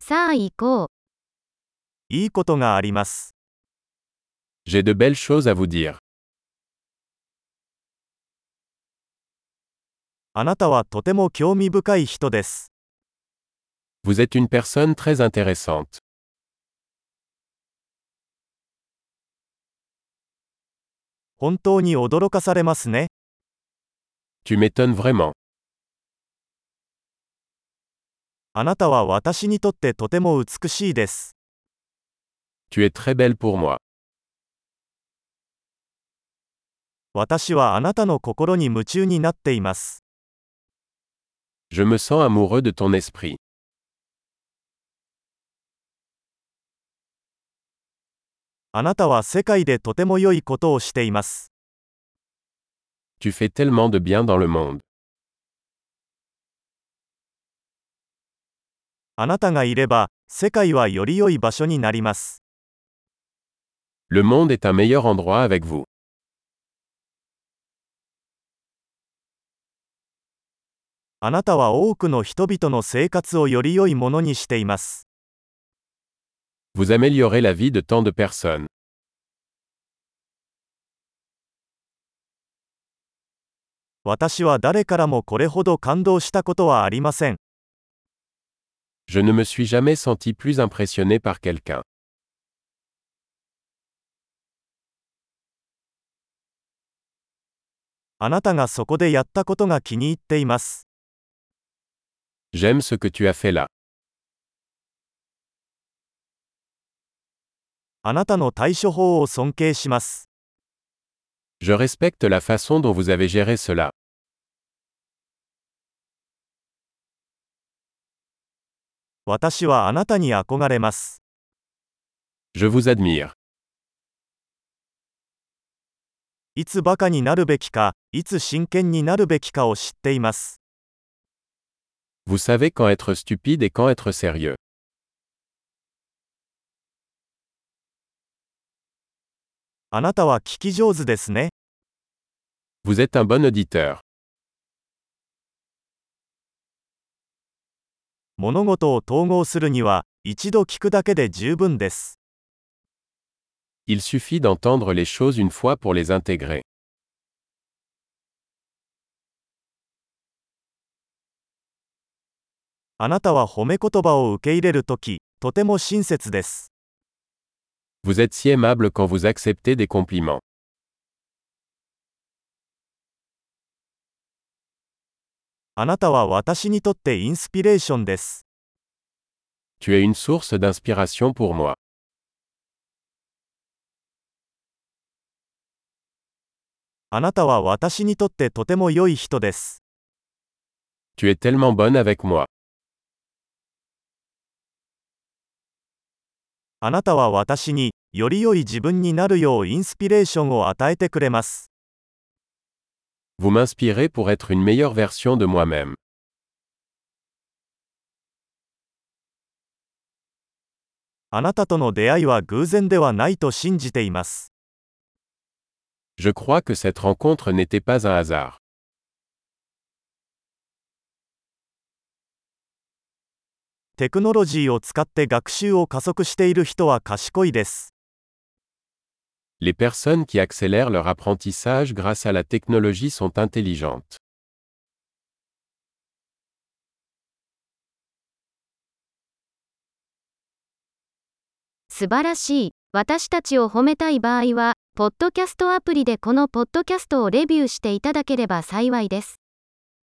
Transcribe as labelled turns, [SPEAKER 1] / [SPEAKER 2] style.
[SPEAKER 1] さあ行こう。
[SPEAKER 2] いいことがあります。
[SPEAKER 3] J'ai de belles choses à vous dire.
[SPEAKER 2] あなたはとても興味深い人です。
[SPEAKER 3] Vous êtes une personne très intéressante.
[SPEAKER 2] 本当に驚かされますね。
[SPEAKER 3] Tu m'étonnes vraiment.
[SPEAKER 2] あなたは私にとってとても美しいです。
[SPEAKER 3] Tu es très belle pour moi.
[SPEAKER 2] 私はあなたの心に夢中になっています。
[SPEAKER 3] Je me sens amoureux de ton esprit.
[SPEAKER 2] あなたは世界でとても良いことをしています。
[SPEAKER 3] Tu fais tellement de bien dans le monde.
[SPEAKER 2] あなたがいれば、世界はより良い場所になります。
[SPEAKER 3] Le monde est un meilleur endroit avec vous.
[SPEAKER 2] あなたは多くの人々の生活をより良いものにしています。
[SPEAKER 3] Vous améliorez la vie de tant de personnes.
[SPEAKER 2] 私は誰からもこれほど感動したことはありません。
[SPEAKER 3] Je ne me suis jamais senti plus impressionné par quelqu'un.
[SPEAKER 2] あなたがそこでやったことが気に入っています。
[SPEAKER 3] J'aime ce que tu as fait là.
[SPEAKER 2] あなたの対処法を尊敬します。
[SPEAKER 3] Je respecte la façon dont vous avez géré cela.
[SPEAKER 2] 私はあなたに憧れます。
[SPEAKER 3] Je vous admire.
[SPEAKER 2] いつバカになるべきか、いつ真剣になるべきかを知っています。
[SPEAKER 3] Vous savez quand être stupide et quand être sérieux.
[SPEAKER 2] あなたは聞き上手ですね。
[SPEAKER 3] Vous êtes un bon auditeur.
[SPEAKER 2] 物事を統合するには、一度聞くだけで十分です。
[SPEAKER 3] Il suffit d'entendre les choses une fois pour les intégrer.
[SPEAKER 2] あなたは褒め言葉を受け入れるとき、とても親切です。
[SPEAKER 3] Vous êtes si aimable quand vous acceptez des compliments.
[SPEAKER 2] あなたは私にとってインスピレーションです。
[SPEAKER 3] Tu es une source d'inspiration pour moi.
[SPEAKER 2] あなたは私にとってとても良い人です。
[SPEAKER 3] Tu es tellement bonne avec moi.
[SPEAKER 2] あなたは私に、より良い自分になるようインスピレーションを与えてくれます。
[SPEAKER 3] Vous m'inspirez pour être une meilleure version de moi-même.
[SPEAKER 2] あなたとの出会いは偶然ではないと信じています。
[SPEAKER 3] Je crois que cette rencontre n'était pas un hasard.
[SPEAKER 2] テクノロジーを使って学習を加速している人は賢いです。
[SPEAKER 3] Les personnes qui accélèrent leur apprentissage grâce à la technologie sont intelligentes.
[SPEAKER 1] 素晴らしい。私たちを褒めたい場合は、ポッドキャストアプリでこのポッドキャストをレビューしていただければ幸いです。